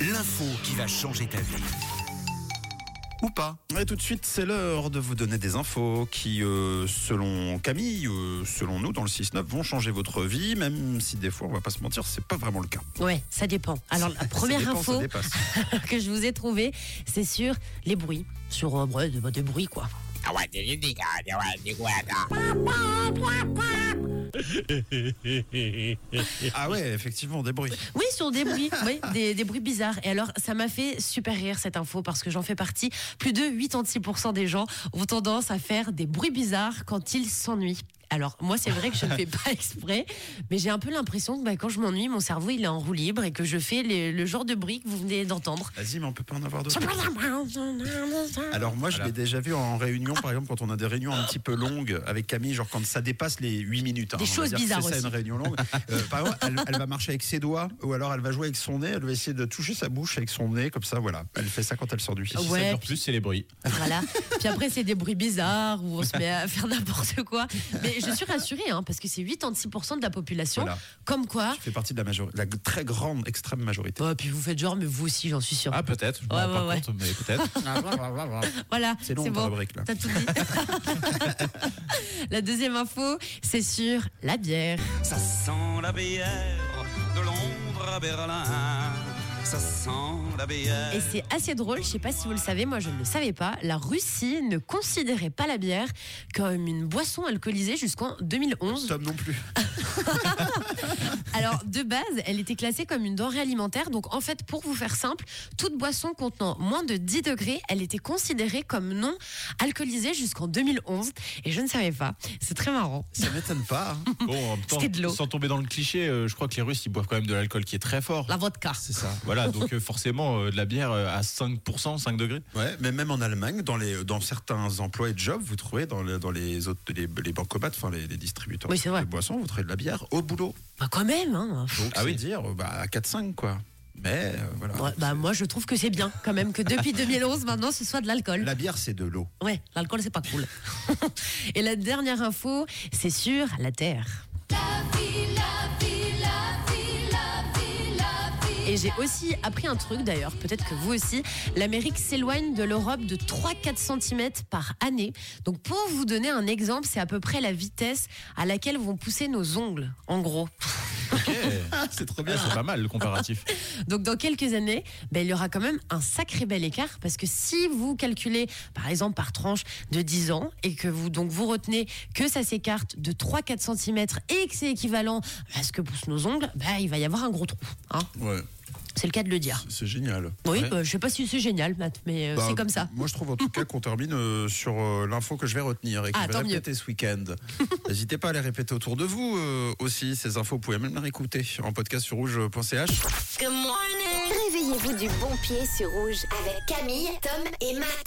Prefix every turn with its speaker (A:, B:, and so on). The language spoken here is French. A: l'info qui va changer ta vie. Ou pas.
B: Et tout de suite, c'est l'heure de vous donner des infos qui, euh, selon Camille, euh, selon nous, dans le 6-9, vont changer votre vie, même si des fois, on va pas se mentir, c'est pas vraiment le cas.
C: Ouais, ça dépend. Alors, la première
B: ça dépend, ça
C: info
B: dépasse.
C: que je vous ai trouvée, c'est sur les bruits. Sur euh, ouais, des, bah, des bruits, quoi.
B: Ah ouais, effectivement, des bruits.
C: Oui, sur des bruits. oui, des, des bruits bizarres. Et alors, ça m'a fait super rire cette info parce que j'en fais partie. Plus de 86% des gens ont tendance à faire des bruits bizarres quand ils s'ennuient. Alors, moi, c'est vrai que je ne fais pas exprès, mais j'ai un peu l'impression que bah, quand je m'ennuie, mon cerveau il est en roue libre et que je fais les- le genre de bruit que vous venez d'entendre.
B: Vas-y, mais on peut pas en avoir d'autres.
C: Ah
B: Alors moi, je l'ai déjà vu en réunion, par exemple, quand on a des réunions un petit peu longues avec Camille, genre quand ça dépasse les 8 minutes. hein,
C: Des
B: on va
C: choses
B: dire que c'est
C: bizarres
B: ça,
C: aussi.
B: une réunion longue. Euh, par exemple, elle, elle va marcher avec ses doigts, ou alors elle va jouer avec son nez, elle va essayer de toucher sa bouche avec son nez, comme ça, voilà. Elle fait ça quand elle sort du
C: Ah
B: fils.
C: ouais,
D: dure
C: puis-
D: plus, c'est les bruits.
C: Voilà. Puis après, c'est des bruits bizarres où on se met à faire n'importe quoi. Mais je suis rassurée, hein, parce que c'est 86% de la population.
B: Voilà.
C: Comme quoi.
B: Tu fais partie de la, majorité, la très grande, extrême majorité.
C: Oh, puis vous faites genre, mais vous aussi, j'en suis sûre.
D: Ah, peut-être. Je me
C: Ouais,
D: rends pas
C: ouais, ouais.
D: compte, mais
C: Ah,
D: peut-être.
C: voilà,
B: C'est
C: c'est
B: long, ta
C: bon.
B: rubrique, là.
C: T'as tout dit. la deuxième info, c'est sur la bière.
E: Ça sent la bière de Londres à Berlin. Ça sent la bière.
C: Et c'est assez drôle, je sais pas si vous le savez, moi je ne le savais pas, la Russie ne considérait pas la bière comme une boisson alcoolisée jusqu'en 2011.
B: Tom non plus.
C: Alors de base, elle était classée comme une denrée alimentaire, donc en fait pour vous faire simple, toute boisson contenant moins de 10 degrés, elle était considérée comme non alcoolisée jusqu'en 2011. Et je ne savais pas, c'est très marrant.
B: Ça m'étonne pas. hein.
D: Bon, en même temps,
C: C'était de l'eau.
D: sans tomber dans le cliché, euh, je crois que les Russes, ils boivent quand même de l'alcool qui est très fort.
C: La vodka.
D: C'est ça. Voilà, donc euh, forcément, euh, de la bière euh, à 5%, 5 degrés.
B: Ouais, mais même en Allemagne, dans, les, dans certains emplois et jobs, vous trouvez dans, le- dans les autres les, les bancomates, enfin les, les distributeurs
C: Oui, c'est vrai.
B: de boissons, vous trouvez de la bière au boulot.
C: Bah quand même, hein.
B: Donc,
D: Ah
B: c'est
D: oui.
B: dire euh, bah, à 4-5, quoi. Mais euh, voilà.
C: Ouais, bah moi je trouve que c'est bien quand même que depuis 2011 maintenant ce soit de l'alcool.
B: La bière, c'est de l'eau.
C: Ouais, l'alcool c'est pas cool. Et la dernière info, c'est sur la terre. Et j'ai aussi appris un truc d'ailleurs, peut-être que vous aussi, l'Amérique s'éloigne de l'Europe de 3-4 cm par année. Donc pour vous donner un exemple, c'est à peu près la vitesse à laquelle vont pousser nos ongles, en gros.
D: Ok. c'est trop
C: Ah.
D: bien. C'est pas mal le comparatif.
C: Donc dans quelques années, ben, il y aura quand même un sacré bel écart parce que si vous calculez par exemple par tranche de 10 ans et que vous donc vous retenez que ça s'écarte de 3-4 cm et que c'est équivalent à ce que poussent nos ongles, ben, il va y avoir un gros trou. hein.
B: Ouais,
C: C'est le cas de le dire.
B: c'est génial.
C: Oui, ben, je sais pas si c'est génial, Matt, mais euh,
B: Bah,
C: c'est comme ça.
B: Moi, je trouve en tout cas qu'on termine euh, sur euh, l'info que je vais retenir et que
C: Ah,
B: je vais
C: tant mieux.
B: répéter ce week-end. N'hésitez pas à les répéter autour de vous euh, aussi. Ces infos, vous pouvez même les réécouter en podcast sur rouge.ch.
F: Réveillez-vous du bon pied sur rouge avec Camille, Tom et Matt.